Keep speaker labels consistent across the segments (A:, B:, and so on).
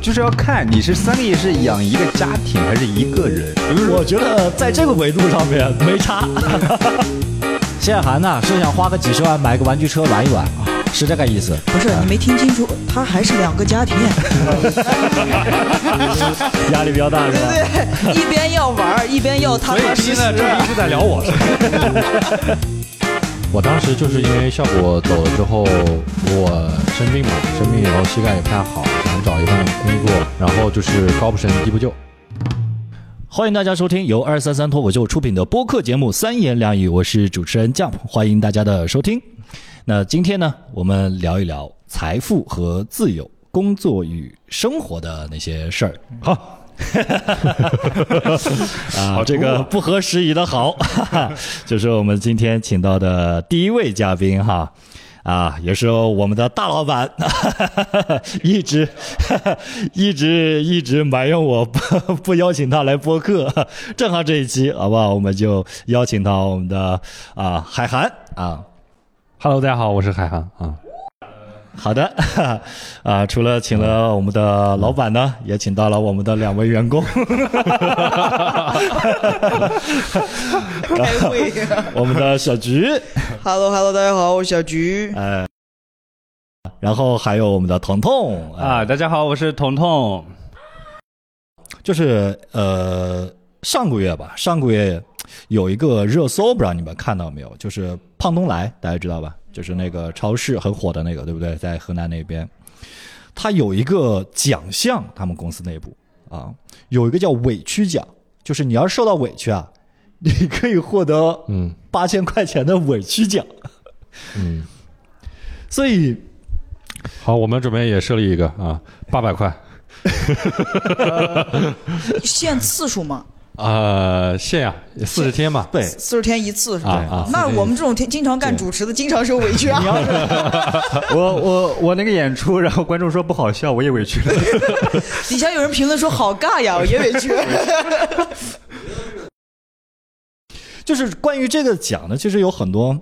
A: 就是要看你是三个亿是养一个家庭还是一个人。
B: 我觉得在这个维度上面没差。 谢海涵呐，是想花个几十万买个玩具车玩一玩，是这个意思。
C: 不是你没听清楚，他还是两个家 庭，
B: 压力比较大是
C: 对
B: 吧？
C: 不对？一边要玩儿，一边要踏
D: 所以
C: 踏
D: 第一
C: 实实。
D: 呢，这一是在聊 我是吧？
E: 我当时就是因为效果走了之后，我生病嘛，生病以后膝盖也不太好，想找一份工作，然后就是高不成低不就。
B: 欢迎大家收听由二三三脱口秀出品的播客节目《三言两语》，我是主持人酱，欢迎大家的收听。那今天呢，我们聊一聊财富和自由、工作与生活的那些事儿。
D: 好，
B: 啊，这个不合时宜的好， 哈哈，就是我们今天请到的第一位嘉宾哈，啊，也是我们的大老板， 哈哈一直 哈哈一直一直埋怨我不 不邀请他来播客， 正好这一期好不好？我们就邀请到我们的啊海涵啊，
E: Hello，大家好，我是海涵啊。
B: 好的， 啊，除了请了我们的老板呢，也请到了我们的两位员工。
C: 开会。
B: 啊我们的小菊，
C: Hello Hello，大家好，我是小菊。
B: 呃，然后还有我们的彤彤啊、
D: 啊，大家好，我是彤彤。
B: 就是呃上个月吧，上个月有一个热搜，不知道你们看到没有？就是胖东来，大家知道吧？就是那个超市很火的那个，对不对？在河南那边，他有一个奖项，他们公司内部啊，有一个叫委屈奖，就是你要受到委屈啊，你可以获得
E: 嗯
B: 八千块钱的委屈奖，
E: 嗯，
B: 所以。
E: 好，我们准备也设立一个啊，八百块，
C: 限次数嘛，
E: 呃，限呀四十天吧。
B: 对，
C: 四十天一次是吧？
E: 啊
C: 那我们这种天经常干主持的，经常受委屈啊。
A: 我 我我那个演出，然后观众说不好笑，我也委屈 了。
C: 底下有人评论说好尬呀，我也委屈。
B: 就是关于这个奖呢，其实有很多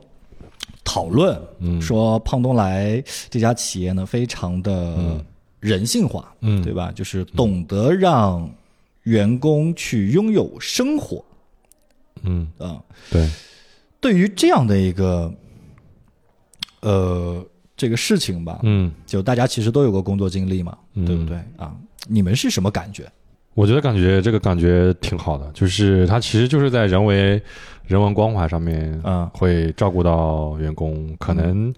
B: 讨论，
E: 嗯
B: 说胖东来这家企业呢非常的人性化，
E: 嗯
B: 对吧？就是懂得让员工去拥有生活
E: 嗯，
B: 啊、嗯
E: 对，
B: 对于这样的一个呃这个事情吧，
E: 嗯，
B: 就大家其实都有过工作经历嘛，
E: 嗯
B: 对不对啊？你们是什么感觉？
E: 我觉得感觉这个感觉挺好的，就是它其实就是在人为人文关怀上面
B: 嗯
E: 会照顾到员工，可能。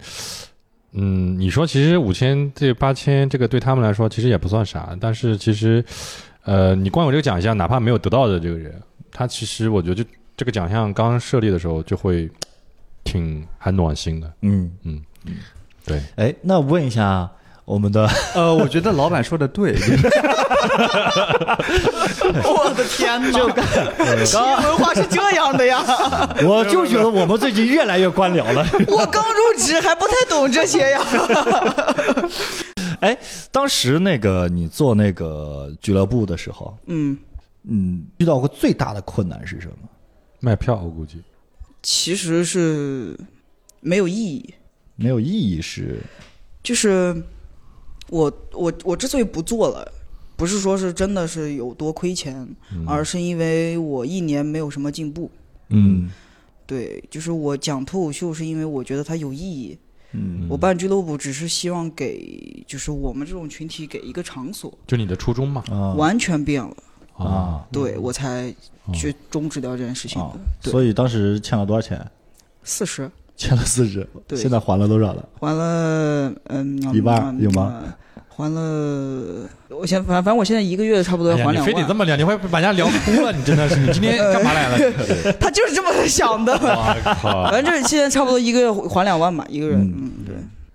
E: 嗯，你说其实五千这八千这个对他们来说其实也不算啥，但是其实，呃，你光有这个奖项，哪怕没有得到的这个人，他其实我觉得就这个奖项刚设立的时候就会挺还暖心的，
B: 嗯
E: 嗯，对，
B: 哎，那问一下我们的
A: 呃，我觉得老板说的 对，
C: 我的天 哪！企业文化是这样的 呀，
B: 我就觉得我们最近越来越官僚了。
C: 我刚入职还不太懂这些呀。
B: 哎，当时那个你做那个俱乐部的时候，
C: 嗯，
B: 嗯，遇到过最大的困难是什么？
E: 卖票我估计，
C: 其实是没有意义。
B: 没有意义是，
C: 就是我我我之所以不做了，不是说是真的是有多亏钱，
D: 嗯
C: 而是因为我一年没有什么进步。
B: 嗯
C: 对，就是我讲脱口秀是因为我觉得它有意义。
B: 嗯
C: 我办俱乐部只是希望给就是我们这种群体给一个场所，
E: 就你的初衷嘛，
D: 嗯
B: 啊
C: 完全变了。
B: 啊，
C: 对我才去终止掉这件事情
B: 啊
D: 嗯
C: 的。对
B: 所以当时欠了多少钱？
C: 四十
B: 欠了四十，
C: 对
B: 现在还了多少了？
C: 完了，嗯，
B: 一半有吗
C: 嗯？还了，我现反反正我现在一个月差不多
D: 哎呀，
C: 要还
D: 你
C: 两
D: 非得这
C: 万，
D: 么聊，你会把人家聊哭了，你真的是，你今天干嘛来 了？
C: 他就是这么想 的。
E: 我靠，
C: 反正就是现在差不多一个月还两万吧，一个人。嗯，对。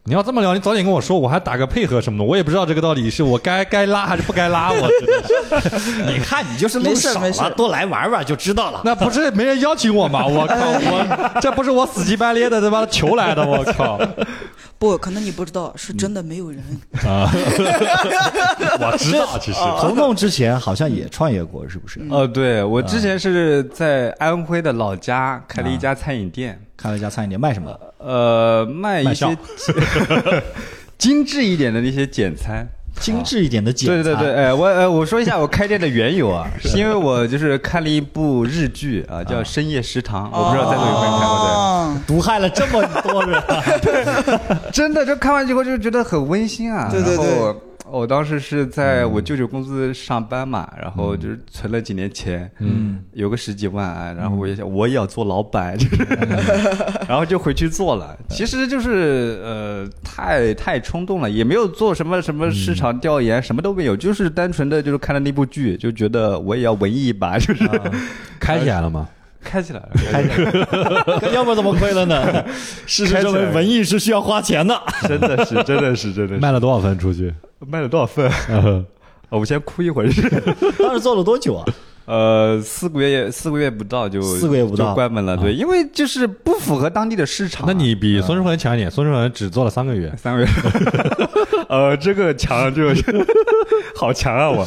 D: 你要这么聊，你早点跟我说，我还打个配合什么的，我也不知道这个到底是我该该拉还是不该拉， 我真的是。
B: 你看你就是路
C: 没事
B: 少
C: 没事
B: 了，多来玩玩就知道了。
D: 那不是没人邀请我 吗？我靠，我这不是我死乞白咧的他妈求来的，我靠！
C: 不，可能你不知道，是真的没有人。
D: 我知道，其实
B: 彤彤啊之前好像也创业过，是不是？
D: 嗯
F: 哦，对，我之前是在安徽的老家开了一家餐饮店，
A: 嗯
B: 开了一家餐饮店，卖什么？
F: 呃，卖一
B: 卖笑
F: 些 精致一点的那些简餐。
B: 精致一点的简
F: 对
B: 餐。
F: 对对，哎，我呃，我说一下我开店的缘由 啊，是因为我就是看了一部日剧啊，叫《深夜食堂》，我不知道在座有没有看
B: 嗯
F: 过的。
C: 哦
B: 毒害了这么多人，
F: 真的，就看完之后就觉得很温馨啊。
C: 对对对
F: 然后我我当时是在我舅舅公司上班嘛，然后就是存了几年钱，嗯，有个十几万啊，然后我也想我也要做老板，就是， 然后就回去做了。其实就是呃，太太冲动了，也没有做什么什么市场调研，什么都没有，就是单纯的就是看了那部剧，就觉得我也要文艺一把，就是
E: 开起来了吗？
F: 开起来了。
B: 要不怎么亏了呢？事实证明，文艺是需要花钱的。
F: 真的是，真的是，真的
E: 卖了多少分出去？
F: 是， 卖了多少份？嗯哦我们先哭一会儿。
B: 当时做了多久啊？
F: 呃，四个月四个月不到就
B: 四个月不到啊
F: 就关门了，对，因为就是不符合当地的市
D: 啊
F: 场。
E: 那你比孙志恒强一点，孙志恒只做了三个月。
F: 三个月， 呃，这个强就 好强啊我，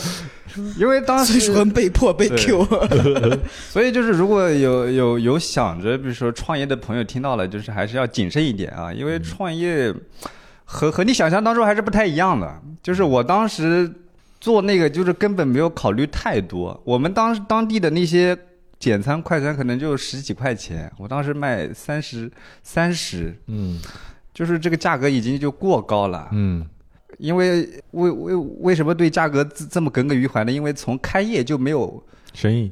F: 因为
B: 啊
F: 当
C: 所以
F: 时
C: 说被迫被
F: 对
C: Q，
F: 所以就是，如果有有有想着，比如说创业的朋友听到了，就是还是要谨慎一点啊，因为创业和和你想象当中还是不太一样的。就是我当时做那个，就是根本没有考虑太多。我们当当地的那些简餐快餐可能就十几块钱，我当时卖三十三十，
E: 嗯
F: 就是这个价格已经就过高了。
E: 嗯，
F: 因为为为为什么对价格这这么耿耿于怀呢？因为从开业就没有
E: 生意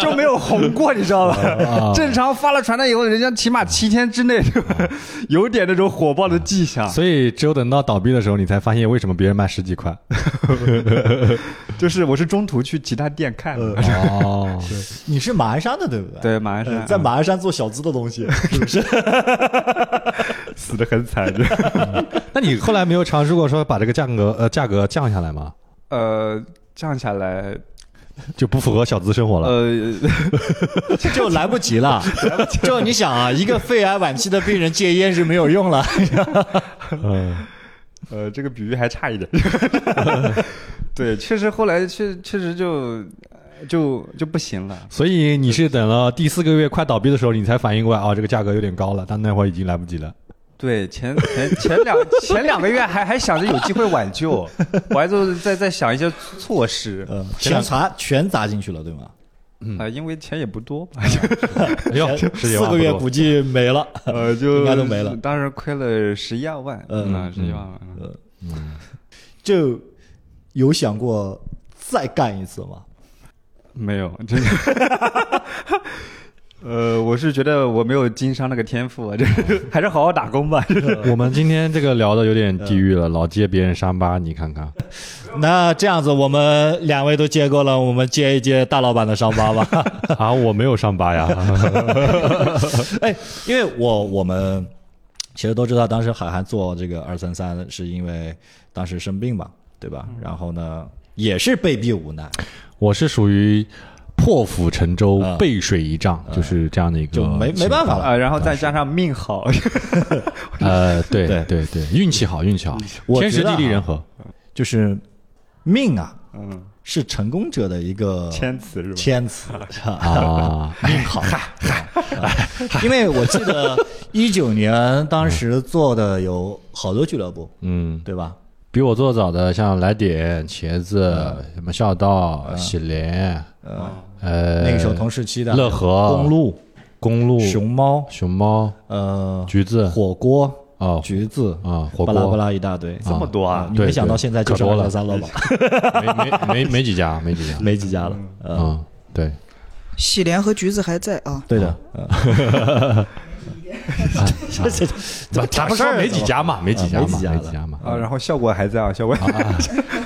F: 就没有红过，你知道吧
E: 啊？
F: 正常发了传单以后，人家起码七天之内就 有点那种火爆的迹象，
E: 所以只有等到倒闭的时候，你才发现为什么别人卖十几块。
F: 就是我是中途去其他店看的。
E: 哦，
B: 呃你是马鞍山的对不对？
F: 对，马鞍
B: 呃
F: 山
B: 在马鞍山做小资的东西，是不是？
F: 死的很惨，
E: 那你后来没有尝试过说把这个价格呃价格降下来吗？
F: 呃，降下来，
E: 就不符合小资生活了。
F: 呃，
B: 就来不及了。就你想啊，一个肺癌晚期的病人戒烟是没有用了。
E: 嗯，
F: 呃，这个比喻还差一点。 对，确实后来确确实就就就不行了。
E: 所以你是等了第四个月快倒闭的时候，你才反应过来啊、这个价格有点高了，但那会儿已经来不 及了。
F: 对，前前前两 前两个月还还想着有机会挽救，我还就在在想一些措施啊、
B: 嗯，全砸全砸进去了，对吗？
F: 因为钱也不多吧。
E: 哎呦，
B: 全
E: 十几
B: 四
E: 万
B: 个月
E: 不多
B: 估计没了。
F: 呃，就
B: 应该都没了
F: 当时亏了十一二万，
B: 嗯
F: 嗯，十一二万。
B: 就有想过再干一次吗？
F: 没有，真的。 呃，我是觉得我没有经商那个天赋啊，就是还是好好打 工吧。
E: 我们今天这个聊的有点地狱了，老揭别人伤疤，你 看看。
B: 那这样子，我们两位都接过了，我们接一接大老板的伤疤 吧。
E: 啊，我没有伤 疤呀。
B: 哎，因为我我们其实都知道，当时海涵做这个二三三是因为当时生病嘛，对吧？然后呢，也是被逼无奈，
E: 我是属于破釜沉舟、背水一战，就是这样的一个，
B: 啊就没没办。法了。
F: 啊，然后再加上命好，
E: 呃，对
B: 对
E: 对对运气好，运气好，
B: 我
E: 天
B: 觉
E: 时
B: 得
E: 地利
B: 啊
E: 人和。
B: 就是命啊，
F: 嗯，
B: 是成功者的一个
F: 谦词是吧？
B: 谦词是吧
E: 啊，
B: 命好， 因为我记得一九年当时做的有好多俱乐部，
E: 嗯，
B: 对吧？
E: 比我做早的像来点、茄
B: 啊
E: 子、什么孝道、喜莲，呃，
B: 那个时候同时期的
E: 乐和
B: 公路、
E: 公路、
B: 熊猫、
E: 熊猫、
B: 呃
E: 橘子
B: 火锅、
E: 哦
B: 橘子
E: 啊火锅
B: 巴拉巴拉一大堆，
F: 这么多啊
B: 你？
E: 对
B: 没想到现在就
E: 可
B: 是
E: 多了
B: 二三老板，
E: 没没没没几家，没几 家。
B: 没几家了。呃，
E: 嗯，对，
C: 喜莲和橘子还在啊。
B: 对的，
E: 嗯
B: 呃 这这这怎么
E: 咱
B: 打
E: 们
B: 事
E: 说
B: 儿啊
E: 没几家嘛，没几家
B: 没
E: 嘛，
B: 几家
E: 没
B: 了
E: 几家嘛。
F: 啊，然后效果还在啊，效果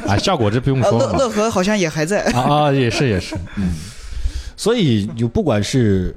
E: 啊，效果这不用
C: 呃，
E: 说了
C: 乐
E: 嘛。
C: 乐和好像也还 在，
E: 啊啊，也是也是，
B: 所以你不管是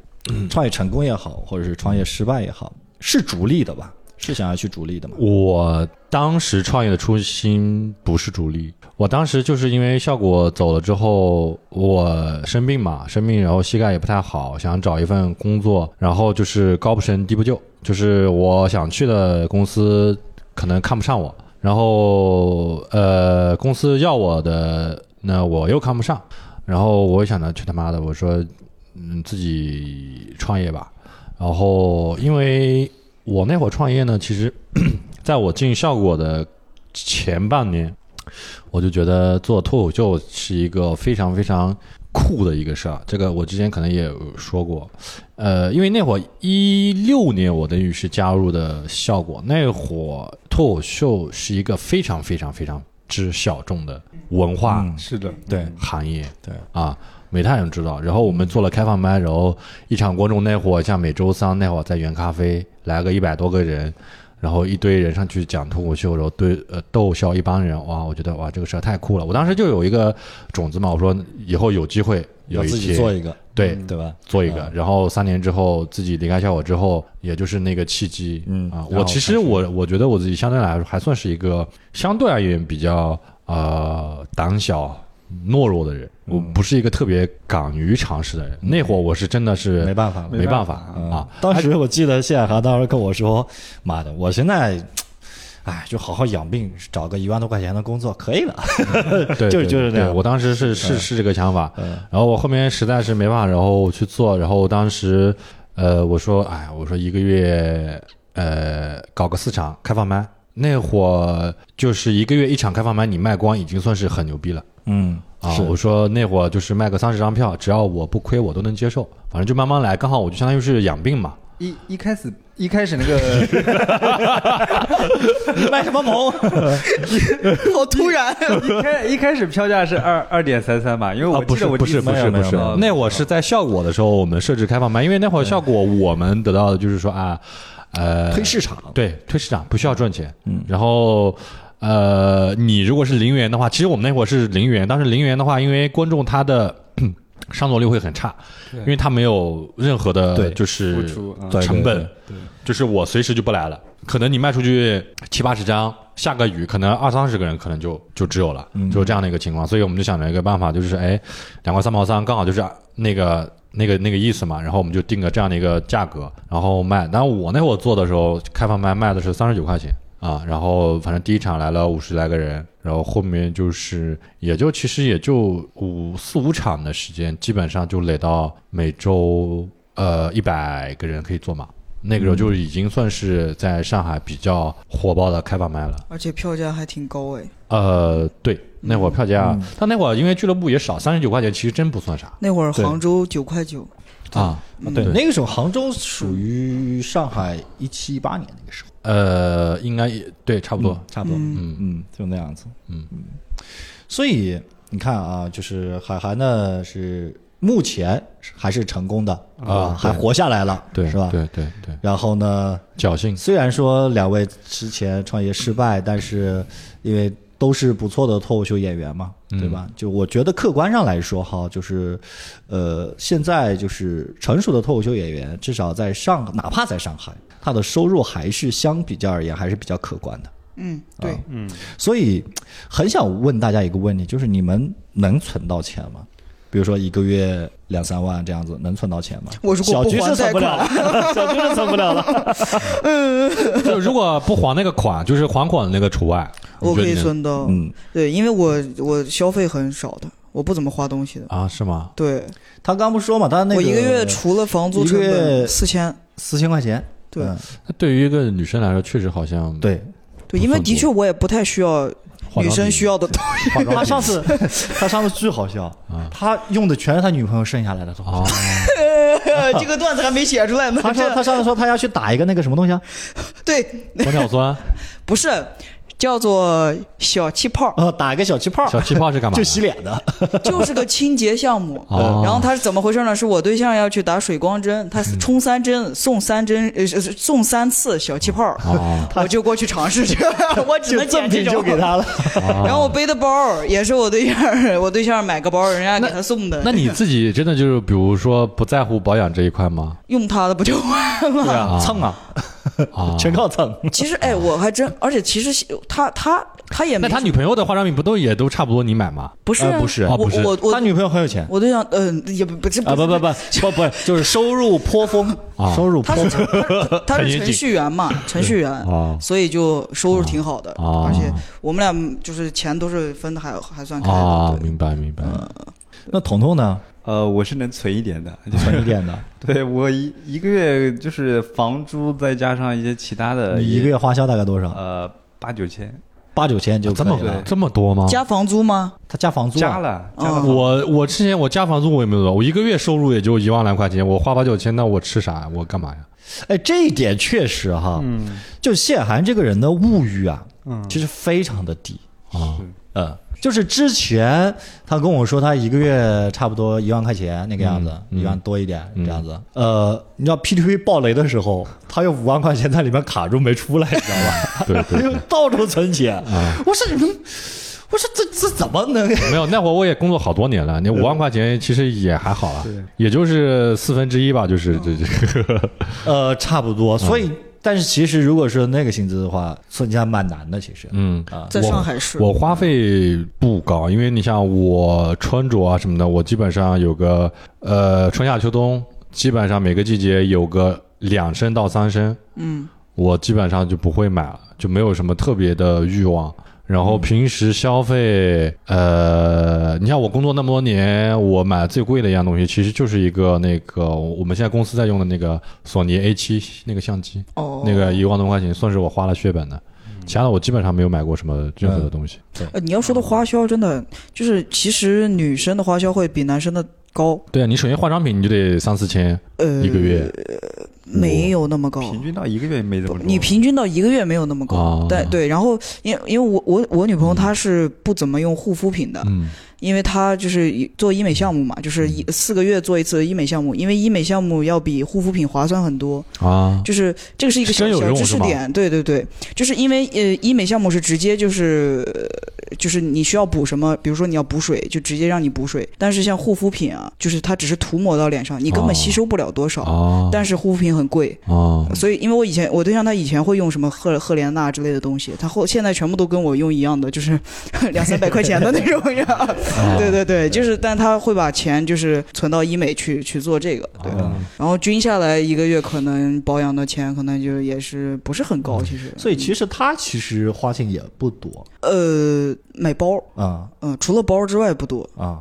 B: 创业成功也好，或者是创业失败也好，是逐利的吧？是想要去逐利的嘛？
E: 我当时创业的初心不是主力，我当时就是因为效果走了之后，我生病嘛，生病然后膝盖也不太好，想找一份工作，然后就是高不成低不就，就是我想去的公司可能看不上我，然后呃公司要我的那我又看不上，然后我想着去他妈的，我说嗯自己创业吧，然后因为我那会儿创业呢，其实在我进效果的前半年，我就觉得做脱口秀是一个非常非常酷的一个事儿。这个我之前可能也有说过，呃，因为那会儿一六年我等于是加入的效果，那会儿脱口秀是一个非常非常非常之小众的文化。
B: 嗯
F: 是的，
B: 对，
E: 行业，
B: 对
E: 啊，每太人知道。然后我们做了开放麦，然后一场观众那会儿，像每周三那会儿在原咖啡来个一百多个人，然后一堆人上去讲脱口秀，然后对呃逗笑一帮人，哇，我觉得哇这个事儿太酷了。我当时就有一个种子嘛，我说以后有机会有
B: 要
E: 一
B: 自己
E: 天
B: 做一个，嗯
E: 对
B: 对吧？
E: 做一个，然后三年之后自己离开效果之后，也就是那个契机，
B: 嗯
E: 啊，
B: 然
E: 我
B: 后
E: 其实我我觉得我自己相对来说还算是一个相对而言比较呃胆小懦弱的人，我
B: 嗯
E: 不是一个特别敢于尝试的人。那会儿我是真的是
B: 没办法了，
E: 没办法
B: 嗯
E: 啊，
B: 当时我记得谢海航当时跟我说：“妈的，我现在，哎，就好好养病，找个一万多块钱的工作可以了。
E: 对，
B: 嗯 就
E: 对
B: 就是那
E: 对
B: 样嗯
E: 我当时是是是这个想法，然后我后面实在是没办法，然后我去做，然后当时呃我说哎，我说一个月呃搞个四场开放麦，那会儿就是一个月一场开放麦，你卖光已经算是很牛逼了。”
B: 嗯，
E: 啊，
B: 是
E: 我说那会儿就是卖个三十张票，只要我不亏，我都能接受，反正就慢慢来。刚好我就相当于是养病嘛，
F: 一一开始一开始那个
B: 卖什么萌？
C: 好突 然，
F: 一开一开始票价是二二点三三吧，因为
E: 啊
F: 我
E: 不
F: 记
E: 是
F: 得我
E: 不是
F: 第一
E: 不
F: 次
E: 是
B: 没有
E: 不
B: 没
E: 是
B: 有没，有
E: 那会儿是在效果的时候，我们设置开放麦，因为那会儿效果我们得到的就是说啊，呃，
B: 推市场，
E: 对，推市场不需要赚钱。嗯，然后呃，你如果是零元的话，其实我们那会儿是零元，但是零元的话，因为观众他的 上座率会很差，因为他没有任何的
B: 对
E: 就是
F: 付出嗯
B: 对对
E: 成本
B: 对，
E: 就是我随时就不来了。可能你卖出去七八十张，下个雨可能二三十个人，可能就就只有了，就是这样的一个情况。所以我们就想着一个办法，就是哎，两块三毛三，刚好就是那个那个那个意思嘛。然后我们就定个这样的一个价格，然后卖。然后我那会儿做的时候，开放麦卖的是三十九块钱啊。然后反正第一场来了五十来个人，然后后面就是也就其实也就五四五场的时间，基本上就垒到每周呃一百个人可以坐满。那个时候
B: 嗯
E: 就已经算是在上海比较火爆的开放麦了。
C: 而且票价还挺高哎。
E: 呃，对，那会儿票
B: 嗯
E: 价，但那会儿因为俱乐部也少，三十九块钱其实真不算啥
C: 那会儿
B: 对
C: 杭州九块九，
E: 啊。
B: 嗯对，那个时候杭州属于上海一七一八年那个时候，
E: 呃，应该也对，差不多。
B: 差不多，
E: 嗯
B: 嗯，就那样子，
E: 嗯
B: 嗯。所以你看啊，就是海涵呢是目前还是成功的
E: 啊
B: 还活下来了，
E: 对，
B: 是吧？
E: 对对对，
B: 然后呢，
E: 侥幸。
B: 虽然说两位之前创业失败，但是因为都是不错的脱口秀演员嘛，
E: 嗯
B: 对吧？就我觉得客观上来说哈，就是呃，现在就是成熟的脱口秀演员，至少在上，哪怕在上海，他的收入还是相比较而言还是比较可观的。
C: 嗯，
B: 啊
C: 对，
B: 所以很想问大家一个问题，就是你们能存到钱吗？比如说一个月两三万这样子，能存到钱吗？
C: 我如果
B: 小
C: 不
B: 菊
C: 还
B: 是存
C: 贷
B: 不了
C: 款，
B: 了， 小菊是存不了了。
C: 嗯
E: 就如果不还那个款，就是还款的那个除外，
C: 我
E: 你觉
C: 可
E: 得
C: 以
E: 你
C: 存到。
B: 嗯，
C: 对，因为我我消费很少的，我不怎么花东西的。
E: 啊？是吗？
C: 对，
B: 他刚不说嘛，他那个
C: 我一个月除了房租
B: 一个
C: 成
B: 月嗯
C: 本四千，
B: 四千块钱，
C: 对
B: 嗯
E: 那对于一个女生来说，确实好像
B: 对。
C: 对，因为
E: 很
C: 的
E: 多
C: 确我也不太需要
E: 化
C: 女
E: 妆
C: 生
E: 品
C: 需要 的东西。
B: 他上次 他上次巨好笑，他用的全是他女朋友剩下来的东
E: 啊
B: 西。，
C: 这个段子还没写出来呢。
B: 他说
C: 这
B: 他上次说他要去打一个那个什么东西啊？
C: 对，
E: 玻 尿酸、
C: 不是叫做小气泡儿，
B: 呃，打一个小气泡，
E: 小气泡是干嘛的？
B: 就洗脸的。
C: 就是个清洁项目。
E: 哦嗯
C: 然后他是怎么回事呢？是我对象要去打水光针，他冲三针送三针，呃，是是送三次小气泡儿，
E: 哦
C: 我就过去尝试去， 我只
B: 就
C: 能
B: 赠
C: 捡这
B: 品
C: 种。
B: 就给他了，
C: 然后我背的包儿也是我对象儿，我对象儿买个包儿，人家给他送 的。
E: 那你自己真的就是，比如说不在乎保养这一 块吗？
C: 用他的不就完了？
B: 对啊，蹭啊，
E: 啊，
B: 全靠蹭。
C: 其实，哎，我还真，而且其实他他他也没
E: 那他女朋友的化妆品不都也都差不多你买吗？
C: 不是、
E: 呃不是啊
C: 我
E: 不是
C: 我
B: 他
C: 我
B: 女朋友很有钱
C: 我对象，嗯、也不不是
B: 啊，不不不不不，就是收入颇丰
E: 啊，
B: 收入颇
C: 他是
B: 丰。
C: 他他
E: 很
C: 是
E: 严谨
C: 程序员嘛，程序员，
E: 啊
C: 所以就收入挺好的，
E: 啊
B: 嗯
C: 而且我们俩就是钱都是分的还还算开的。
E: 啊，
C: 对
E: 明白明白。
B: 那彤彤呢？
F: 呃，我是能存一点的，
B: 存一 点的，
F: 对我一一个月就是房租，再加上一些其他
E: 呃
F: 的，
B: 你一个月花销大概多少？
F: 呃八九千，
B: 八九千就
E: 啊这
B: 可以
E: 么
B: 了。
E: 这么多吗？
C: 加房租吗？
B: 他加房租
F: 加
B: 啊？
F: 了
C: 嗯
F: 加了，
E: 我我之前我加房租我也没有多少，我一个月收入也就一万来块钱，我花八九千，那我吃啥？我干嘛呀？
B: 哎，这一点确实哈，
E: 嗯
B: 就谢涵这个人的物欲啊，其实非常的低。
E: 啊，
B: 嗯，就是之前他跟我说他一个月差不多一万块钱那个样子，
E: 嗯嗯
B: 一万多一点
E: 嗯
B: 这样子。呃，你知道 PTV 爆雷的时候，他有五万块钱在里面卡住没出来，你知 道吧？
E: 对对
B: 就到处存钱。
E: 嗯
B: 我说你们，我说这这怎么能？
E: 没有，那会儿我也工作好多年了，那五万块钱其实也还好了
F: 对，
E: 也就是四分之一吧，就是这这个
B: 呃，差不多。所以，但是其实如果说那个薪资的话，算起来蛮难的，其实。
E: 嗯。
B: 啊，
C: 在
E: 我
C: 上海市，
E: 我花费不高，因为你像我穿着啊什么的，我基本上有个呃春夏秋冬，基本上每个季节有个两升到三升，
C: 嗯，
E: 我基本上就不会买了，就没有什么特别的欲望。然后平时消费，呃，你像我工作那么多年，我买最贵的一样东西，其实就是一个那个我们现在公司在用的那个索尼 A 七那个相机，
C: 哦，
E: 那个一万多块钱，算是我花了血本的。其他的我基本上没有买过什么任何的东西。
C: 呃，你要说的花销真的就是，其实女生的花销会比男生的高，
E: 对啊，你首先化妆品你就得三四千
C: 呃，
E: 一个月，
C: 没有那么高，
F: 平均到一个月没怎么多
C: 你平均到一个月没有那么高，
E: 哦
C: 但对，然后因因为我我我女朋友她是不怎么用护肤品的，
E: 嗯，
C: 因为她就是一做医美项目嘛，就是一四个月做一次医美项目，因为医美项目要比护肤品划算很多，
E: 啊，
C: 就是这个是一个
E: 是真
C: 小
E: 有
C: 小
E: 用
C: 知
E: 是
C: 识
E: 吗
C: 点，对对对，就是因为呃医美项目是直接就是呃就是你需要补什么，比如说你要补水，就直接让你补水，但是像护肤品啊，就是它只是涂抹到脸上，你根
E: 哦
C: 本吸收不了多少，
E: 啊，
C: 但是护肤品很贵，
E: 啊，
C: 所以因为我以前我对象他以前会用什么赫赫莲娜之类的东西，他后现在全部都跟我用一样的，就是 两三百块钱的那种呀，
B: 哦
C: 对对对，就是但他会把钱就是存到医美去去做这个，
B: 哦
C: 对。
E: 啊
C: 然后均下来一个月可能保养的钱可能就也是不是很高，
B: 嗯
C: 其实。
B: 所以其实他其实花钱也不多
C: 呃，买包，
B: 啊
C: 嗯、除了包之外不多，
B: 啊。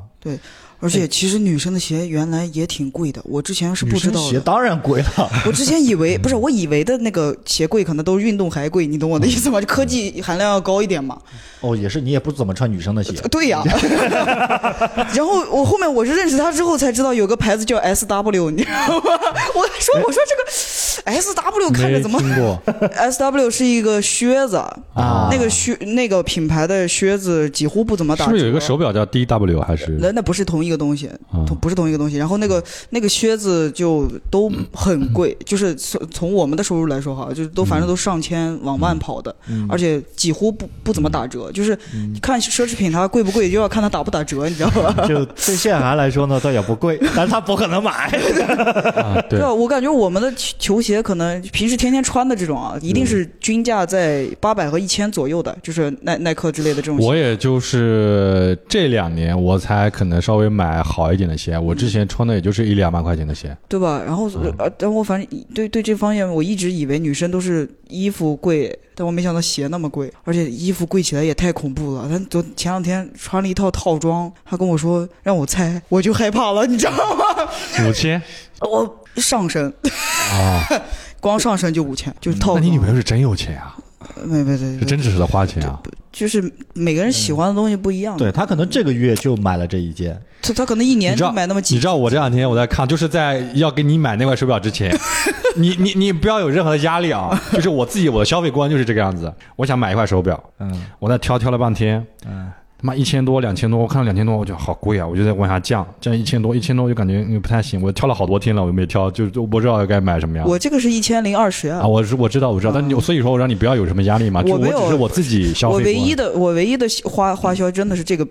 C: 而
B: 哎
C: 且其实女生的鞋原来也挺贵的，我之前是
B: 女
C: 不知
B: 生
C: 道
B: 鞋
C: 的。
B: 当然贵了，
C: 我之前以
E: 嗯
C: 为不是，我以为的那个鞋柜可能都是运动还贵，你懂我的意思
E: 嗯
C: 吗？就科技含量要高一点嘛。
B: 哦，也是你也不怎么穿女生的鞋，
E: 呃
C: 对呀、 然后我后面我是认识他之后才知道有个牌子叫 S W，你知道吗？ 我说我说这个 S W 看着
E: 没
C: 怎么
E: 听过
C: S W 是一个靴子，
B: 啊
C: 那个靴那个品牌的靴子几乎不怎么打
E: 是
C: 折。
E: 不是有一个手表叫 DW 还是
C: 那那不是同一个东西，
E: 啊
C: 同不是同一个东西。然后那个那个靴子就都很贵，就是从从我们的收入来说哈，就是都反正都上千往万跑的，而且几乎不不怎么打折。就是看奢侈品它贵不贵，就要看它打不打折，你知道吧？
B: 就对谢涵来说呢，倒也不贵， 但是他不可能买。
E: 啊？对
C: 对啊，我感觉我们的球球鞋可能平时天天穿的这种啊，一定是均价在八百和一千左右的，就是耐耐克之类的这种鞋。
E: 我也就是这两年我才可能稍微买好一点的鞋，我之前穿的也就是一两万块钱的鞋。
C: 对吧？然后
E: 嗯
C: 呃，但我反正对对这方面，我一直以为女生都是衣服贵，但我没想到鞋那么贵，而且衣服贵起来也太恐怖了。他昨前两天穿了一套套装，他跟我说让我猜，我就害怕了，你知道吗？
E: 五千
C: 我上身
E: 啊，
C: 光上身就五千，就是套
E: 嗯那
C: 装。
E: 你女朋友是真有钱啊，
C: 没没没，
E: 是真值得花钱啊！
C: 就是每个人喜欢的东西不一样。
B: 对他可能这个月就买了这一件，
C: 他他可能一年
E: 你知
C: 就
E: 道
C: 买那么
E: 你
C: 几
E: 知道我这两天我在看，就是在要给你买那块手表 之前，你你你不要有任何的压力啊！就是我自己我的消费观就是这个样子，我想买一块手表，
B: 嗯
E: 我在挑挑了半天，
B: 嗯，
E: 他妈一千多两千多，我看到两千多我觉得好贵啊，我就在往下降，降一千多一千多就感觉嗯不太行，我挑了好多天了，我没挑，就是我不知道该买什么样。
C: 我这个是一千零二十
E: 啊，我是我知道我知道，但你所以说我让你不要有什么压力嘛，就
C: 我没有
E: 只是我自己消
C: 我
E: 费观。
C: 唯一的我唯一的花花销真的是这个，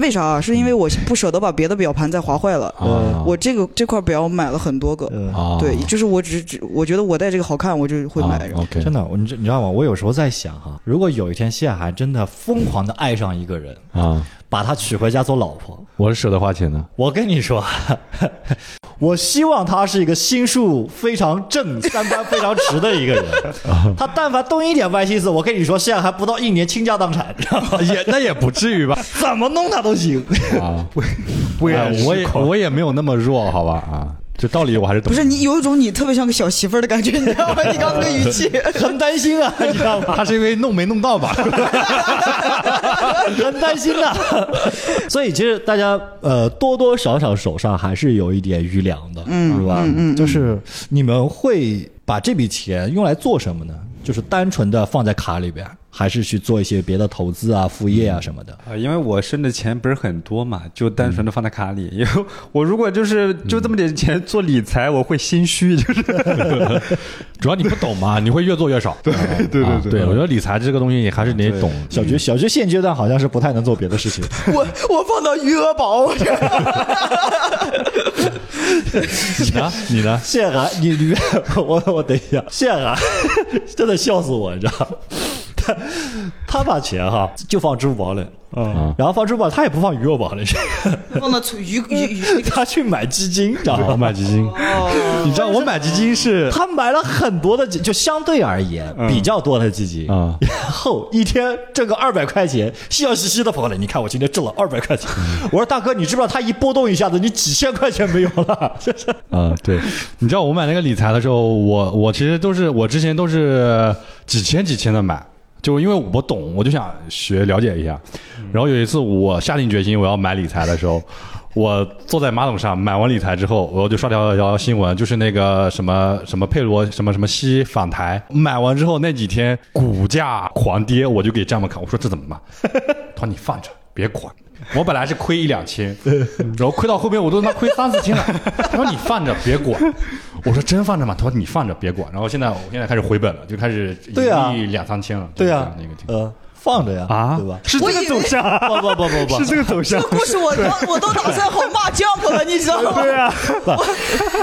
C: 为啥、啊？是因为我不舍得把别的表盘再划坏了。
E: 啊，
C: 我这个这块表我买了很多个，
B: 呃，
E: 啊
C: 对，就是我只只我觉得我戴这个好看，我就会买。
E: 啊
C: 然后
E: OK，
B: 真的，我你知你知道吗？我有时候在想哈，如果有一天谢涵真的疯狂的爱上一个人，
E: 啊，
B: 把他娶回家做老婆，
E: 我是舍得花钱的。
B: 我跟你说， 我希望他是一个心术非常正、三观非常直的一 个人。他但凡动一点歪心思，我跟你说，现在还不到一年倾家荡产，知道 吗？
D: 也那也不至于吧？
B: 怎么弄他都行。
E: 啊，
D: 不
E: 哎
D: 我也我也没有那么弱，好吧？啊，这道理我还是懂。
C: 不是你有一种你特别像个小媳妇儿的感觉，你知道吗？你 刚刚那语气，
B: 很担心 啊，你知道吗？
D: 他是因为弄没弄到吧？
B: 很担心 的。所以其实大家呃多多少少手上还是有一点余粮的，
C: 嗯
B: 是吧？
C: 嗯嗯嗯
B: 就是你们会把这笔钱用来做什么呢？就是单纯的放在卡里边，还是去做一些别的投资啊、副业啊什么的？
F: 啊，因为我剩的钱不是很多嘛，就单纯的放在卡里。因为我如果就是就这么点钱做理财，我会心虚，就是
E: 主要你不懂嘛，你会越做越少。 对对对对，我觉得理财这个东西也还是得懂。
B: 小菊，小菊现阶段好像是不太能做别的事情，
C: 嗯我我放到余额宝，我这
E: 你呢？你 呢？
B: 谢涵，你你 我我等一下，谢涵 真的笑死我，你知道吗？ 他他把钱哈就放支付宝里，嗯，然后放支付宝，他也不放余额宝里，
C: 放到余余余
B: 他去买基金，知道
E: 我
B: 吗？
E: 买基金，
D: 你知道我买基金是
B: 他买了很多的基，就相对而言比较多的基金
E: 嗯
B: 然后一天挣个二百块钱，笑嘻嘻的跑过来，你看我今天挣了二百块钱。我说大哥，你知不知道他一波动一下子，你几千块钱没有了？ 这是
E: 啊、对，你知道我买那个理财的时候，我我其实都是我之前都是几千几千的买，就因为我懂，我就想学了解一下。然后有一次我下定决心我要买理财的时候，我坐在马桶上买完理财之后，我就刷条条新闻，就是那个什么什么佩罗什么什么西访台，买完之后那几天股价狂跌，我就给丈母看，我说这怎么办？他说你放着别管。 我本来是亏一两千，然后亏到后面我都他妈亏三四千了。他说你放着别管，我说真放着吗？他说你放着别管。然后现在我现在开始回本了，就开始
B: 对啊
E: 一亿两三千了。
B: 对
E: 呀
B: 啊，
E: 那个情，况
B: 呃，放着呀，
E: 啊
B: 对吧？
D: 是这个走向，
B: 不不不不不，
D: 是这个走向
C: 这。故事我都我都打算好骂 Jump 了，你知道吗？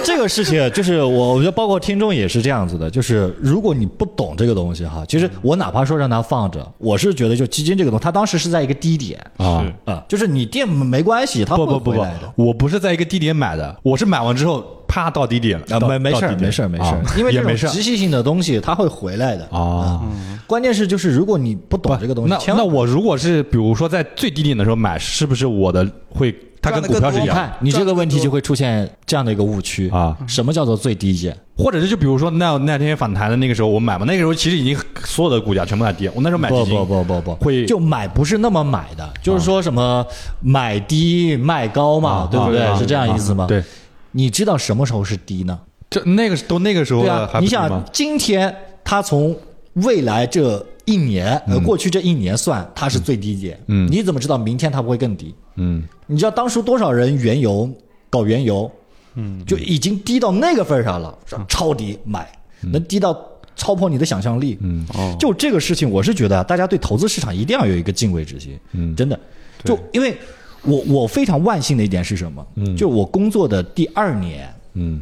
B: 这个事情就是我，我觉得包括听众也是这样子的，就是如果你不懂这个东西哈，其实我哪怕说让它放着，我是觉得就基金这个东西，它当时是在一个低点
E: 啊
D: 是
B: 啊，就是你垫没关系，它
E: 不
B: 会
E: 不不
B: 回
E: 不
B: 来的，
E: 我不是在一个低点买的，我是买完之后啪到低点了。
B: 啊，
E: 到
B: 没没事
E: 到
B: 儿
E: 低点
B: 没事儿没事儿
E: 啊，
B: 因为
E: 也
B: 这种
E: 没事儿
B: 即时性的东西它会回来的。
E: 啊。
B: 关键是就是如果你不
E: 不
B: 懂这个东西，
E: 那
B: 千
E: 那
B: 万
E: 我如果是比如说在最低点的时候买，是不是我的会它跟
C: 赚得
E: 股
C: 更
E: 票是一
C: 多
B: 你
E: 样的？
B: 看你这个问题就会出现这样的一个误区
E: 啊
B: 什么叫做最低点？
E: 或者是就比如说那那天反弹的那个时候我买嘛，那个时候其实已经所有的股价全部在跌，我那时候买基
B: 不
E: 金
B: 不不不不，
E: 会啊
B: 就买不是那么买的，就是说什么买低卖高嘛，对不对？
E: 啊
B: 是这样意思吗？
E: 啊对，
B: 你知道什么时候是低呢？
E: 这那个都那个时候
B: 对
E: 了
B: 啊
E: 还，不
B: 你
E: 是
B: 想
E: 吗
B: 今天它从未来这一年呃过去这一年算它是最低点，
E: 嗯
B: 你怎么知道明天它不会更低？
E: 嗯
B: 你知道当初多少人原油搞原油，嗯，就已经低到那个份儿上了，
E: 嗯
B: 说超低买，能低到超破你的想象力。
E: 嗯
F: 哦
B: 就这个事情，我是觉得啊大家对投资市场一定要有一个敬畏之心。
E: 嗯
B: 真的，就因为我我非常万幸的一点是什么？嗯，就我工作的第二年，
E: 嗯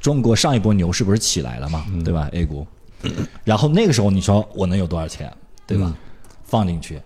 B: 中国上一波牛市不是起来了嘛，对吧？A 股，然后那个时候你说我能有多少钱，对
E: 嗯
B: 吧？放进去，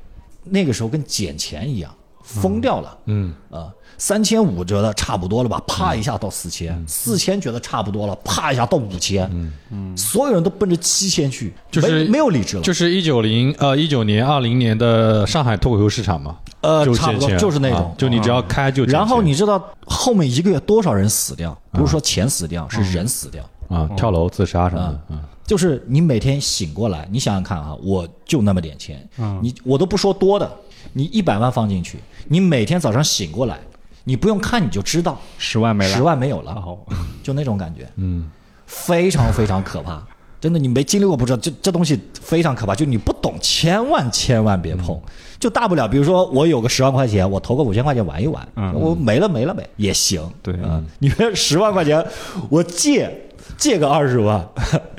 B: 那个时候跟捡钱一样，疯掉了。
E: 嗯
B: 啊，三千五觉得差不多了吧，啪一下到四千、
E: 嗯
B: 四千觉得差不多了，啪一下到五千，嗯嗯，所有人都奔着七千去，
E: 就是
B: 没没有理智了，
E: 就是一九零呃一九年二零年的上海脱口秀市场嘛，
B: 呃，
E: 就
B: 差不
E: 借
B: 多
E: 钱
B: 就是那种，
E: 啊就你只要开就借钱
B: 然后你知道后面一个月多少人死掉？
E: 嗯
B: 不是说钱死掉，是人死掉。
E: 啊跳楼自杀什么的，嗯
B: 就是你每天醒过来，你想想看啊，我就那么点钱，
E: 嗯
B: 你我都不说多的，你一百万放进去，你每天早上醒过来，你不用看你就知道，
F: 十万
B: 十万没有了， 就那种感觉，
E: 嗯
B: 非常非常可怕。真的，你没经历过不知道，这这东西非常可怕。就你不懂，千万千万别碰。就大不了，比如说我有个十万块钱，我投个五千块钱玩一玩，我没了没了呗，也行。
F: 对
B: 啊，你别十万块钱，我借借个二十万，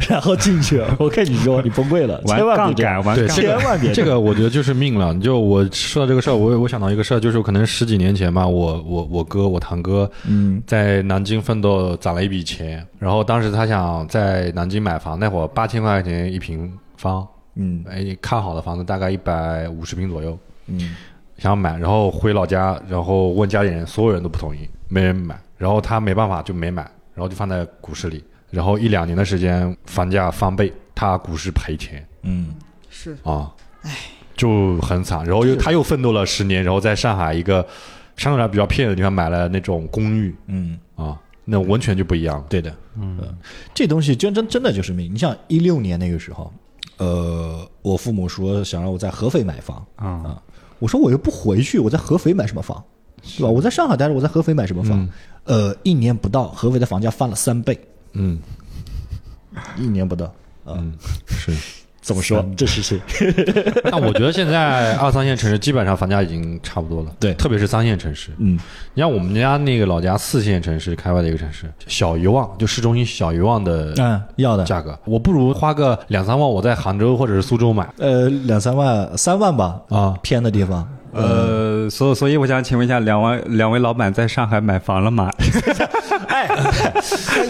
B: 然后进去，我跟你说，你崩溃了，
A: 玩
B: 千万
A: 杠
B: 别这样
A: 杆，玩
E: 对
A: 杠
E: 这
A: 杆。
E: 个
B: 千万别
E: 这个我觉得就是命了。就我说到这个事儿，我我想到一个事儿，就是可能十几年前吧，我我我哥我堂哥，嗯，在南京奋斗攒了一笔钱，然后当时他想在南京买房，那会儿八千块钱一平方，
B: 嗯
E: 哎，看好的房子大概一百五十平左右，
B: 嗯
E: 想买，然后回老家，然后问家里人，所有人都不同意，没人买，然后他没办法就没买，然后就放在股市里，然后一两年的时间房价翻倍，他股市赔钱
B: 嗯，
C: 是
E: 啊，就很惨。然后又他又奋斗了十年，然后在上海一个相对来比较偏远的地方买了那种公寓
B: 嗯，
E: 啊，那完全就不一样了。
B: 对的，嗯，这东西真真真的就是命。你像一六年那个时候，呃，我父母说想让我在合肥买房，
F: 啊，
B: 啊，我说我又不回去，我在合肥买什么房，对吧？我在上海待着，我在合肥买什么房？呃，一年不到，合肥的房价翻了三倍，
E: 嗯，
B: 一年不到，啊，
E: 是。
B: 怎么说？这是谁？
E: 但我觉得现在 二三线城市基本上房价已经差不多了，
B: 对
E: 特别是三线城市。
B: 嗯
E: 你像我们家那个老家四线城市开外的一个城市，小一万就市中心小一万的
B: 嗯，要的，
E: 价格，我不如花个两三万我在杭州或者是苏州买
B: 呃，两三万、三万吧，
E: 啊。
B: 偏的地方。
F: 呃，所所以我想请问一下，两位两位老板在上海买房了吗？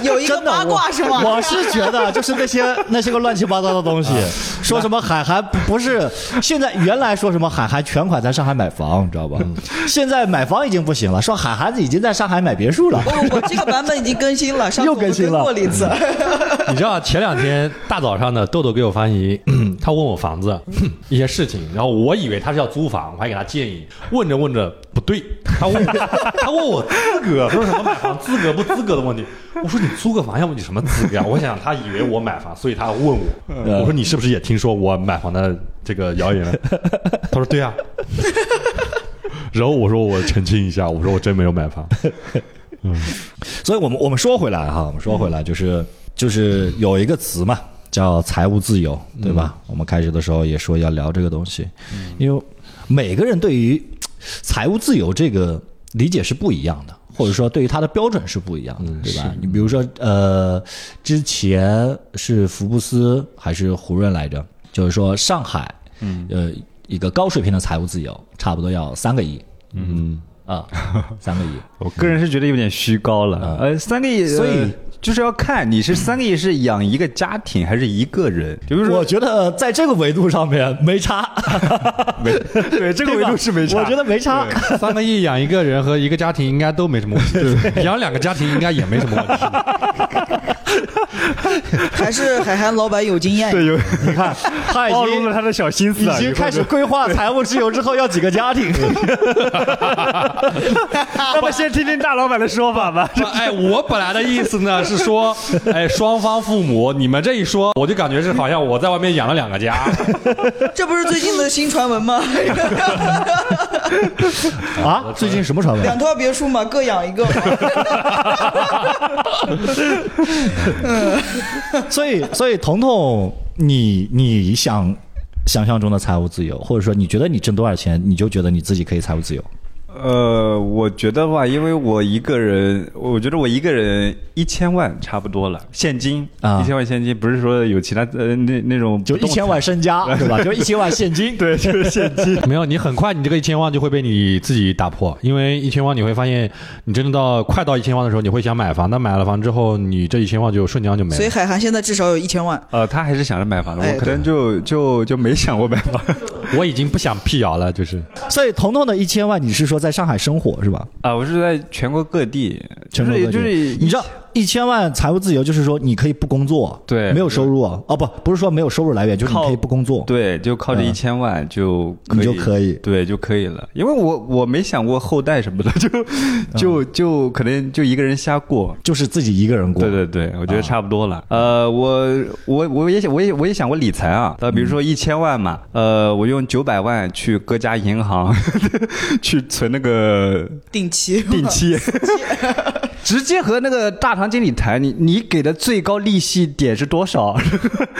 C: 有一个
B: 哎真的，
C: 八
B: 我
C: 卦是吗？
B: 我是觉得就是那 些那些个乱七八糟的东西，
C: 啊
B: 说什么海涵不不是现在原来说什么海涵全款在上海买房，你知道吧？
C: 嗯
B: 现在买房已经不行了，说海涵已经在上海买别墅了。
C: 不不不，哦这个版本已经更新了，上次我们
B: 又更新了
C: 跟过了一次。
E: 你知道前两天大早上呢，豆豆给我发信息， 他问我房子 一些事情，然后我以为他是要租房，我还给他建议，问着问着不对，他问 他问我资格，说什么买房资格不资格的问题，我说你租个房要不你什么资格啊？我想他以为我买房，所以他问我，我说你是不是也听说我买房的这个谣言了？他说对啊，然后我说我澄清一下，我说我真没有买房，
B: 所以我们我们说回来哈，我们说回来就是就是有一个词嘛，叫财务自由，对吧？我们开始的时候也说要聊这个东西，因为每个人对于嘖财务自由这个理解是不一样的。或者说，对于它的标准嗯是不一样的，对吧？你比如说，呃，之前是福布斯还是胡润来着？就是说，上海，嗯，呃，一个高水平的财务自由，差不多要三个亿，嗯啊，三个亿，
F: 我个人是觉得有点虚高了。呃，三个亿，
B: 所以
F: 呃就是要看你是三个亿是养一个家庭还是一个人，就比如
B: 我
F: 说，
B: 觉得在这个维度上面没差，
F: 对这个维度是没差。
B: 我觉得没差。
E: 三个亿养一个人和一个家庭应该都没什 么问题，养两个家庭应该也没什么 问题。
C: 还是海涵老板有经验，
F: 有
B: 你看，他已
F: 暴露了
B: 经
F: 他的小心思
B: 已
F: 啊，
B: 经开始
F: 有
B: 规划财务自由之后要几个家庭。
F: 那么先听听大老板的说法吧。
E: 哎，我本来的意思呢是说，哎，双方父母，你们这一说， 我就感觉是好像我在外面养了两个家。
C: 这不是最近的新传闻吗？
B: 啊，最近什么传
C: 两？套别墅嘛，各养一个嘛。
B: 所以，所以彤彤，你你想想象中的财务自由，或者说你觉得你挣多少钱，你就觉得你自己可以财务自由？
F: 呃，我觉得吧，因为我一个人，我觉得我一个人一千万差不多了，现金
B: 啊
F: 一千万现金，不是说有其他呃那那种
B: 就
F: 不动
B: 一千
F: 产
B: 万身家， 对吧？就一千万现金。对，就是现 金。
E: 没有，你很快你这个一千万就会被你自己打破，因为一千万你会发现，你真的到快到一千万的时候，你会想买房，但买了房之后，你这一千万就瞬间就没
C: 所以
E: 了。
C: 海涵现在至少有一千万。
F: 呃，他还是想着买房的，
C: 哎
F: 我可能就就就没想过买房。
E: 我已经不想辟谣了，就是
B: 所以彤彤的一千万，你是说在上海生活是吧？
F: 啊，我是在全国各地，就
B: 全国
F: 是
B: 各地
F: 就是
B: 你知道一千万财务自由就是说你可以不工作，
F: 对
B: 没有收入啊，哦不，不是说没有收入来源，就是你
F: 靠
B: 可以不工作，，
F: 对，就靠这
B: 嗯
F: 一千万就可
B: 你
F: 以
B: 就可以
F: 对就可以了，因为我我没想过后代什么的，就
B: 嗯
F: 就就可能就一个人瞎过。
B: 就是自己一个人过，
F: 对对对，我
B: 嗯
F: 觉得差不多了。呃，我我我也想，我也我也想过理财啊。那比
B: 嗯
F: 如说一千万嘛，呃，我用九百万去各家银行 去存那个
C: 定期，
F: 定期，直接和那个大堂经理谈，你你给的最高利息点是多少？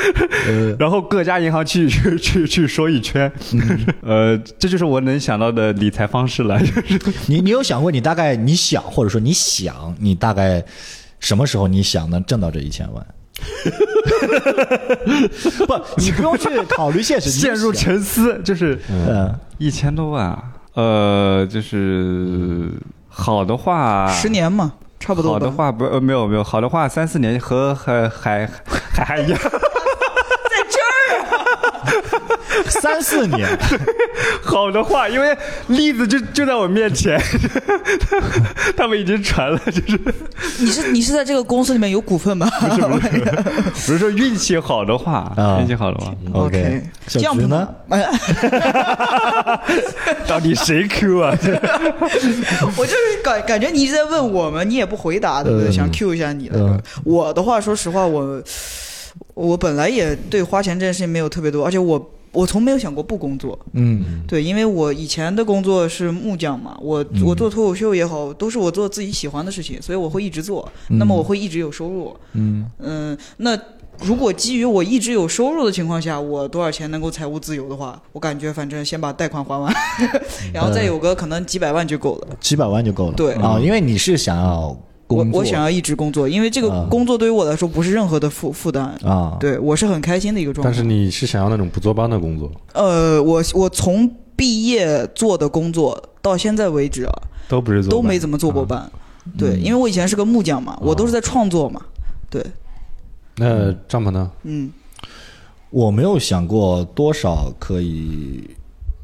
F: 然后各家银行去去去去说一圈， 呃，这就是我能想到的理财方式了。 就是
B: 你你有想过你大概你想或者说你想你大概什么时候你想能挣到这一千万？ 不，你不用去考虑现实，
F: 陷入
B: 沉
F: 沉思，就是
B: 嗯，
F: 一千多万啊，呃，就是好的话，
C: 十年嘛，差不多吧。
F: 好的话不呃没有没有，好的话三四年和还还还还一样。
C: 在这儿啊，
B: 三 四年，
F: 好的话，因为例子就就在我面前， 他们已经传了，就是
C: 你是你是在这个公司里面有股份吗？
F: 比如说运气好的话，
B: 啊
F: 运气好的话，
B: OK，小
C: 这样
B: 菊
C: 不 哎
B: 呢？
F: 到底谁 Q 啊？
C: 我就是感感觉你一直在问我们，你也不回答，对不对？
B: 嗯
C: 想 Q 一下你的。
B: 嗯
C: 我的话，说实话，我我本来也对花钱这件事情没有特别多，而且我我从没有想过不工作。
B: 嗯
C: 对，因为我以前的工作是木匠嘛，我我做脱口秀也好，都是我做自己喜欢的事情，所以我会一直做。那么我会一直有收入。
B: 嗯
C: 嗯，那。如果基于我一直有收入的情况下，我多少钱能够财务自由的话，我感觉反正先把贷款 还完，然后再
B: 嗯
C: 有个可能几百万就够了。
B: 几百万就够了。
C: 对
B: 啊，因为你是想要
C: 我
B: 工作，
C: 我想要一直工作，因为这
B: 啊
C: 个工作对于我来说不是任何的负负担。
B: 啊，
C: 对我是很开心的一个状态。
E: 但是你是想要那种不坐班的工作，
C: 呃，我我从毕业做的工作到现在为止啊，
F: 都不是
C: 都没怎么做过班。对，因为我以前是个木匠嘛，我都是在创作嘛。对，
E: 那帐篷呢？
C: 嗯，
B: 我没有想过多少可以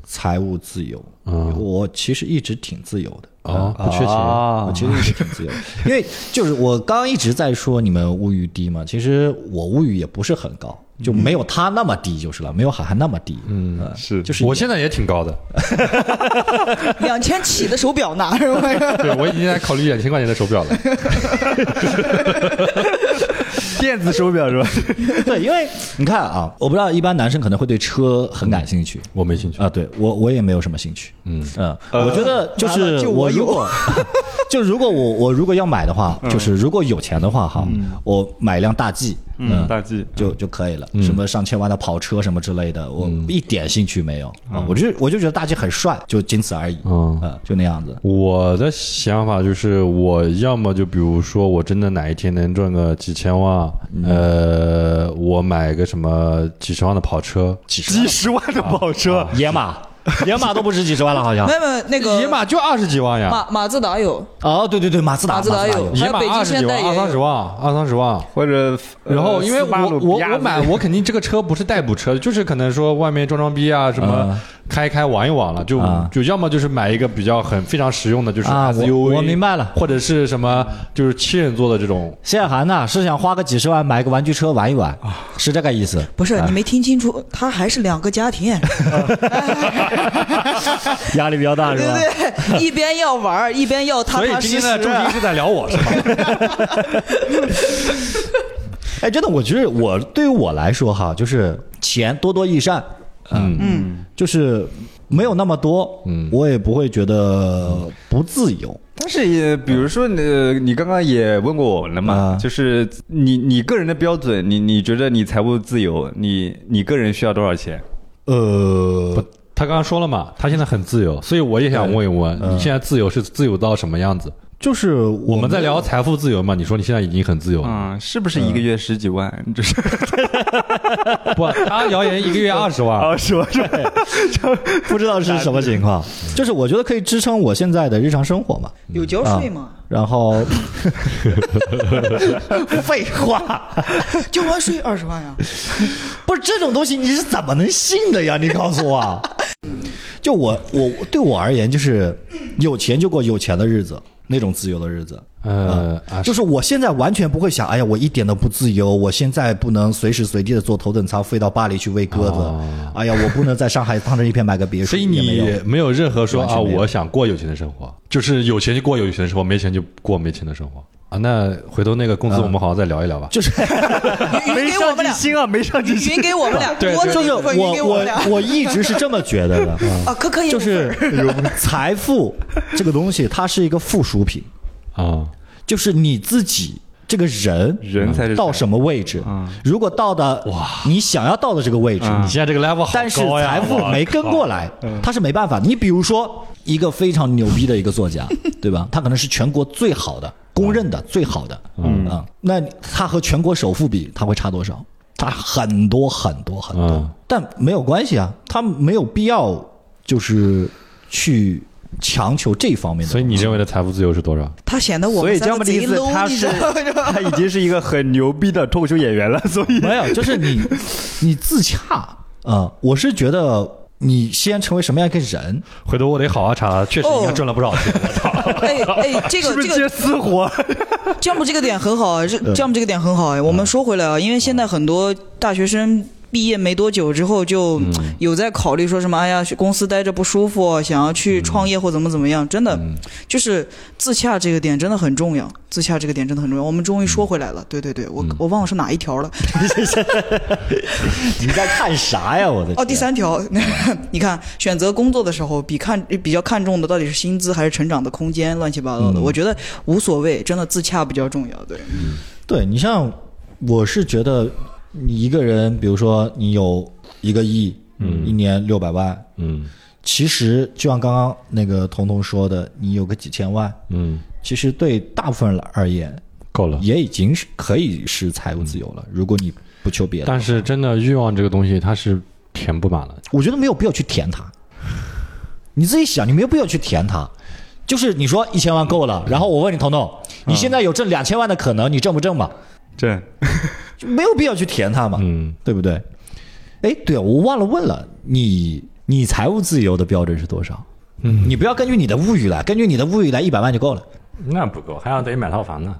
B: 财务自由。
E: 嗯
B: 我其实一直挺自由的。
E: 哦，不缺钱，
F: 啊
B: 我其实一直挺自由的，因为就是我刚刚一直在说你们物欲低嘛，其实我物欲也不是很高，就没有他那么低就是了，没有海涵那么低。嗯，
F: 是
B: 就是
E: 我现在也挺高的，
C: 两千起的手表拿 着我，
E: 对我已经在考虑两千块钱的手表了。
F: 电子手表是吧？
B: 对，因为你看啊，我不知道一般男生可能会对车很感兴趣。
E: 我没兴趣，
B: 啊，对我我也没有什么兴趣，嗯嗯，我觉得就
C: 完
B: 是
C: 了就我
B: 我如果就如果我我如果要买的话，就是如果有钱的话哈，我买一辆大 G，
F: 嗯，大 G
B: 就就可以了。什么上千万的跑车什么之类的，我一点兴趣没有啊！我就我就觉得大 G 很帅，就仅此而已。
E: 嗯
B: 啊，就那样子。
E: 我的想法就是，我要么就比如说，我真的哪一天能赚个几千万，
B: 嗯
E: 呃，我买个什么几十万的跑车，
B: 几十
F: 几
B: 万啊
F: 十万的
E: 啊
F: 跑车，
B: 野马，野马都不值几十万了，好像
C: 没。有没有那个
E: 野马就二十几万呀，
C: 马马自达有，
B: 哦，对对对，马自达，
C: 马自达有
B: 有
C: 还
E: 野
C: 有
E: 马
C: 北京
E: 二十
C: 现
E: 几
C: 代
E: 万，
C: 也
E: 二三十万，二三十万。
F: 或者呃
E: 然后，因为
F: 斯巴
E: 我
F: 鲁
E: 我
F: 比亚
E: 我
F: 迪
E: 买 我肯定这个车不是代步车，就是可能说外面装装逼啊，什么开一开玩一玩了，就
B: 啊
E: 就要么就是买一个比较很非常实用的，就是
B: 啊，我
E: SUV，
B: 我明白了。
E: 或者是什么就是七人座的这种，
B: 谢海涵呐，是想花个几十万买个玩具车玩一玩，是这个意思。
C: 不是你没听清楚，他还是两个家庭，
B: 压力比较 大
C: 对不对？一边要玩儿，一边要踏
E: 所以
C: 踏
B: 啊
E: 今
C: 实
E: 天
C: 实
E: 的重心是在聊我是 吧？
B: 哎，真的，我觉得我对于我来说哈，就是钱多多益善，
E: 嗯
B: 嗯，就是没有那么多，嗯，我也不会觉得不自由。
F: 但是也，比如说，呃，你刚刚也问过我了嘛，
B: 啊
F: 就是你你个人的标准，你你觉得你财务自由，你你个人需要多少钱？
B: 呃，
E: 他刚刚说了嘛，他现在很自由，所以我也想问一问，
B: 嗯
E: 你现在自由是自由到什么样子？
B: 就是我
E: 我们在聊财富自由嘛，你说你现在已经很自由了，
F: 嗯，是不是一个月十几万？这是
E: 不，他谣言一个月二十万，
F: 啊，是吧？是吧
B: 不知道是什么情 况，就是我觉得可以支撑我现在的日常生活嘛。
C: 有交税吗？
B: 然后
C: 废话，交完税二十万呀、
B: 不是这种东西，你是怎么能信的呀？你告诉我，就我我对我而言，就是有钱就过有钱的日子，那种自由的日子。
E: 呃啊，
B: 就是我现在完全不会想，哎呀，我一点都不自由，我现在不能随时随地的坐头等舱飞到巴黎去喂鸽子，哎呀，我不能在上海趟成一片买个别墅。
E: 所以
B: 也没
E: 你
B: 有
E: 没有任何说
B: 完
E: 啊，
B: 全没有
E: 我想过有钱的生活，就是有钱就过有钱的生活，没钱就过没钱的生活啊。那回头那个工资我们好好再聊一聊吧。
B: 嗯就是
C: 云云给我们俩，
F: 心啊，没上进心。
C: 云给我们俩，
E: 对
C: 多
B: 就是
C: 一份云给
B: 我
C: 我们俩
B: 我我一直是这么觉得的，
C: 啊，可可以，
B: 就是财富这个东西，它是一个附属品，
E: 啊，
B: 就是你自己这个人
F: 人才是
B: 到什么位置
F: 嗯，
B: 如果到的哇你想要到的这个位置，
F: 嗯
E: 你现在这个 level 好
B: 但是
E: 高呀嗯
B: 财富没跟过来，他是没办法。你比如说一个非常牛逼的一个作 家，对吧？他可能是全国最好的，公认的最好的，嗯啊，那他和全国首富比，他会差多少？差很多很多很多
E: 嗯。
B: 但没有关系啊，他没有必要就是去强求这方面的东西。
E: 所以你认为的财富自由是多少？
C: 他显得我
F: 所
C: 们
F: 以
C: 三
F: 这
C: 个
F: 么的意
C: 贼
F: 思，他
C: low，你知
F: 是
C: 道吗？
F: 他已经是一个很牛逼的脱口秀演员了，所以
B: 没有，就是你你自洽，呃，我是觉得你先成为什么样一个人，
E: 回头我得好好查，确实
C: 哦
E: 应该赚了不少钱。
C: 哎哎， 这个
E: 是
C: 这
E: 不是
C: 个
E: 接私活？
C: jump 这个点很好啊，这 jump 这个点很好哎。我们说回来啊，因为现在很多大学生。毕业没多久之后，就有在考虑说什么，哎呀，公司待着不舒服，啊想要去创业或怎么怎么样。真的，就是自洽这个点真的很重要，自洽这个点真的很重要。我们终于说回来了，对对对，我我忘了是哪一条了。
B: 你在看啥呀？我的
C: 哦，
B: 天
C: 第三条， 你看选择工作的时候，比看比较看重的到底是薪资还是成长的空间，乱七八糟的。我觉得无所谓，真的自洽比较重要。对，
B: 对你像，我是觉得你一个人，比如说你有一个亿，嗯，一年六百万，
E: 嗯
B: 其实就像刚刚那个彤彤说的，你有个几千万，
E: 嗯，
B: 其实对大部分人而言，
E: 够了。
B: 也已经是可以是财务自由了。如果你不求别的，
E: 但是真的欲望这个东西，它是填不满的。
B: 我觉得没有必要去填它。你自己想，你没有必要去填它。就是你说一千万够了，然后我问你彤彤，你现在有挣两千万的可能，你挣不挣吧？
F: 这
B: 就没有必要去填它嘛。
E: 嗯，
B: 对不对？哎，对我忘了问了，你你财务自由的标准是多少？嗯，你不要根据你的物欲来，根据你的物欲来一百万就够了。
E: 嗯那不够，还要得买套房 呢。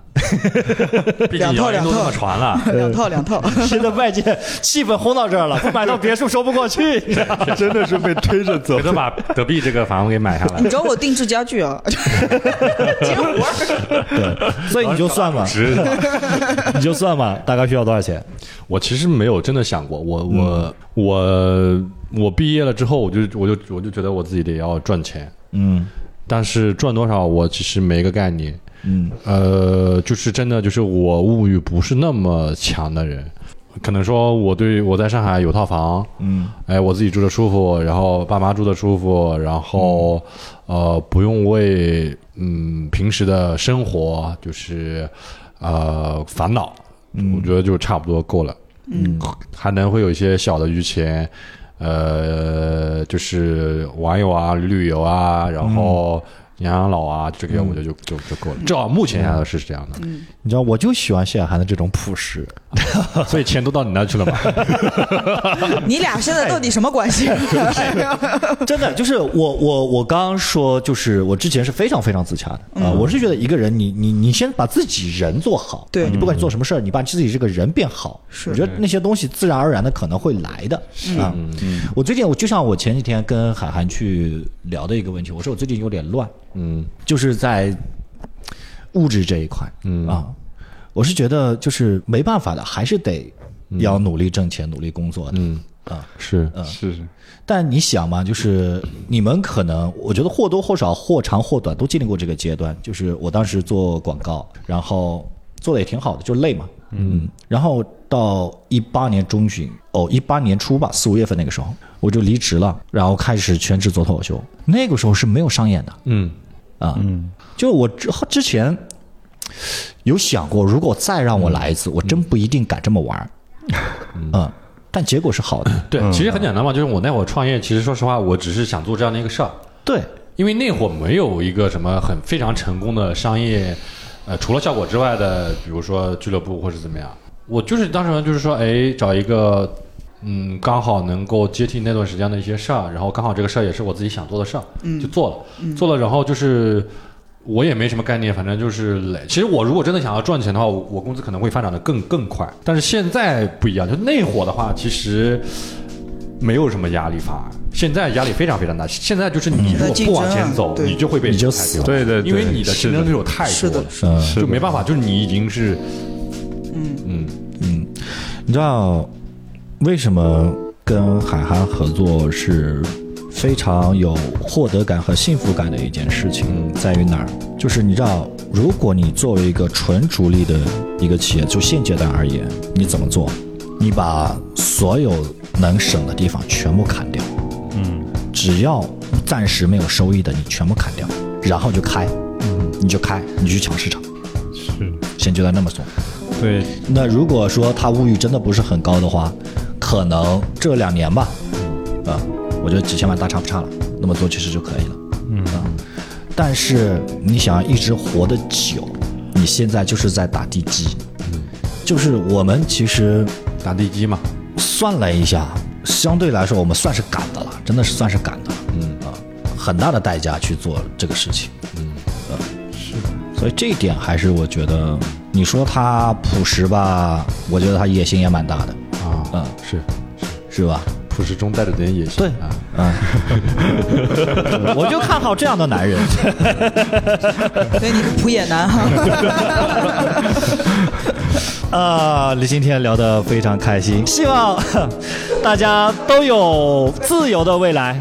E: 毕
C: 两
E: 竟
C: 套两
E: 姚云都这
C: 套
E: 么传了，
C: 两套两套。
B: 现在外界气氛烘到这儿了，不买套别墅说不过去。你知道吗
F: 真的是被 推着走
E: 回头把隔壁这个房给买下 来
C: 你。找我定制家具啊？ 接活儿
B: 对，所以你就算嘛， 你就算嘛，大概需要多少钱？
E: 我其实没有真的想过，我我、我我毕业了之后，我就我就我就觉得我自己得要赚钱，
B: 嗯
E: 但是赚多少我其实没个概念。
B: 嗯
E: 呃，就是真的，就是我物欲不是那么强的人，可能说我对我在上海有套房，
B: 嗯
E: 哎，我自己住的舒服，然后爸妈住的舒服，然
B: 嗯
E: 后、呃不用为嗯平时的生活就是呃烦恼，我觉得就差不多够了。
B: 嗯，
E: 还能会有一些小的余钱，呃，就是玩一玩、旅旅游啊，然
B: 嗯
E: 后养养老啊，这个我觉得就就就够了。至少目前来
B: 嗯
E: 说是这样的，
B: 你知道我就喜欢谢雅涵的这种朴实。
E: 所以钱都到你那 去了嘛。
C: 你俩现在到底什么关系？
B: 真的就是我我我刚刚说，就是我之前是非常非常自洽的啊、
C: 嗯
B: 我是觉得一个人你你你先把自己人做好，
C: 对
B: 你不管你做什么事儿，你把自己这个人变好，
C: 是
B: 我觉得那些东西自然而然的可能会来的啊。
E: 嗯
B: 我最近我就像我前几天跟海涵去聊的一个问题，我说我最近有点乱，
E: 嗯
B: 就是在物质这一块，
E: 嗯
B: 啊，我是觉得就是没办法的，还是得要努力挣钱，努力工作的。
E: 嗯
B: 啊
E: 是
F: 是是，
B: 但你想嘛，就是你们可能，我觉得或多或少、或长或短都经历过这个阶段。就是我当时做广告，然后做的也挺好的，就累嘛，嗯。然后到一八年中旬，哦，一八年初吧，四五月份那个时候，我就离职了，然后开始全职做脱口秀。那个时候是没有商演的
E: 嗯
B: 啊，嗯，就我之之前有想过，如果再让我来一次，我真不一定敢这么玩儿，嗯，但结果是好的，
E: 对，其实很简单嘛，就是我那会儿创业，其实说实话，我只是想做这样的一个事儿，
B: 对。
E: 因为那会儿没有一个什么很非常成功的商业，呃，除了效果之外的，比如说俱乐部或是怎么样，我就是当时就是说，哎，找一个，嗯，刚好能够接替那段时间的一些事儿，然后刚好这个事儿也是我自己想做的事儿，
C: 嗯
E: 就做了，做了，然后就是。我也没什么概念，反正就是累。其实我如果真的想要赚钱的话，我我工资可能会发展的更更快。但是现在不一样，就那会儿的话，其实没有什么压力，反而现在压力非常非常大。现在就是你如
C: 在
E: 果
C: 竞
E: 不
C: 争
E: 往前
C: 啊
E: 走，
C: 对
E: 你就会被
B: 你就
E: 淘汰
B: 死
E: 掉
B: 了
F: 对对对
E: 因为你的竞争对手太
C: 是
E: 多
C: 的
E: 了，
C: 是的
B: 嗯
E: 就没办法，就是你已经是嗯
B: 你知道为什么跟海涵合作是非常有获得感和幸福感的一件事情，在于哪儿？就是你知道，如果你作为一个纯逐利的一个企业，就现阶段而言，你怎么做？你把所有能省的地方全部砍掉，嗯，只要暂时没有收益的，你全部砍掉，然后就开，嗯，你就开，你去抢市场，是现阶段那么做。
F: 对，
B: 那如果说他物欲真的不是很高的话，可能这两年吧，啊、我觉得几千万大差不差了，那么做其实就可以了，嗯啊、但是你想要一直活得久，你现在就是在打地基，就是我们其实
E: 打地基嘛。
B: 算了一下，相对来说我们算是赶的了，真的是算是赶的了，嗯啊，很大的代价去做这个事情，嗯啊所以这一点还是我觉得，你说他朴实吧，我觉得他野心也蛮大的，
E: 啊，
B: 嗯，
E: 是
B: 是吧？
E: 朴实中带着点野心，
B: 对
E: 啊，
B: 我就看好这样的男人。
C: 所以你是普野男啊哈。
B: 啊，今天聊得非常开心，希望大家都有自由的未来。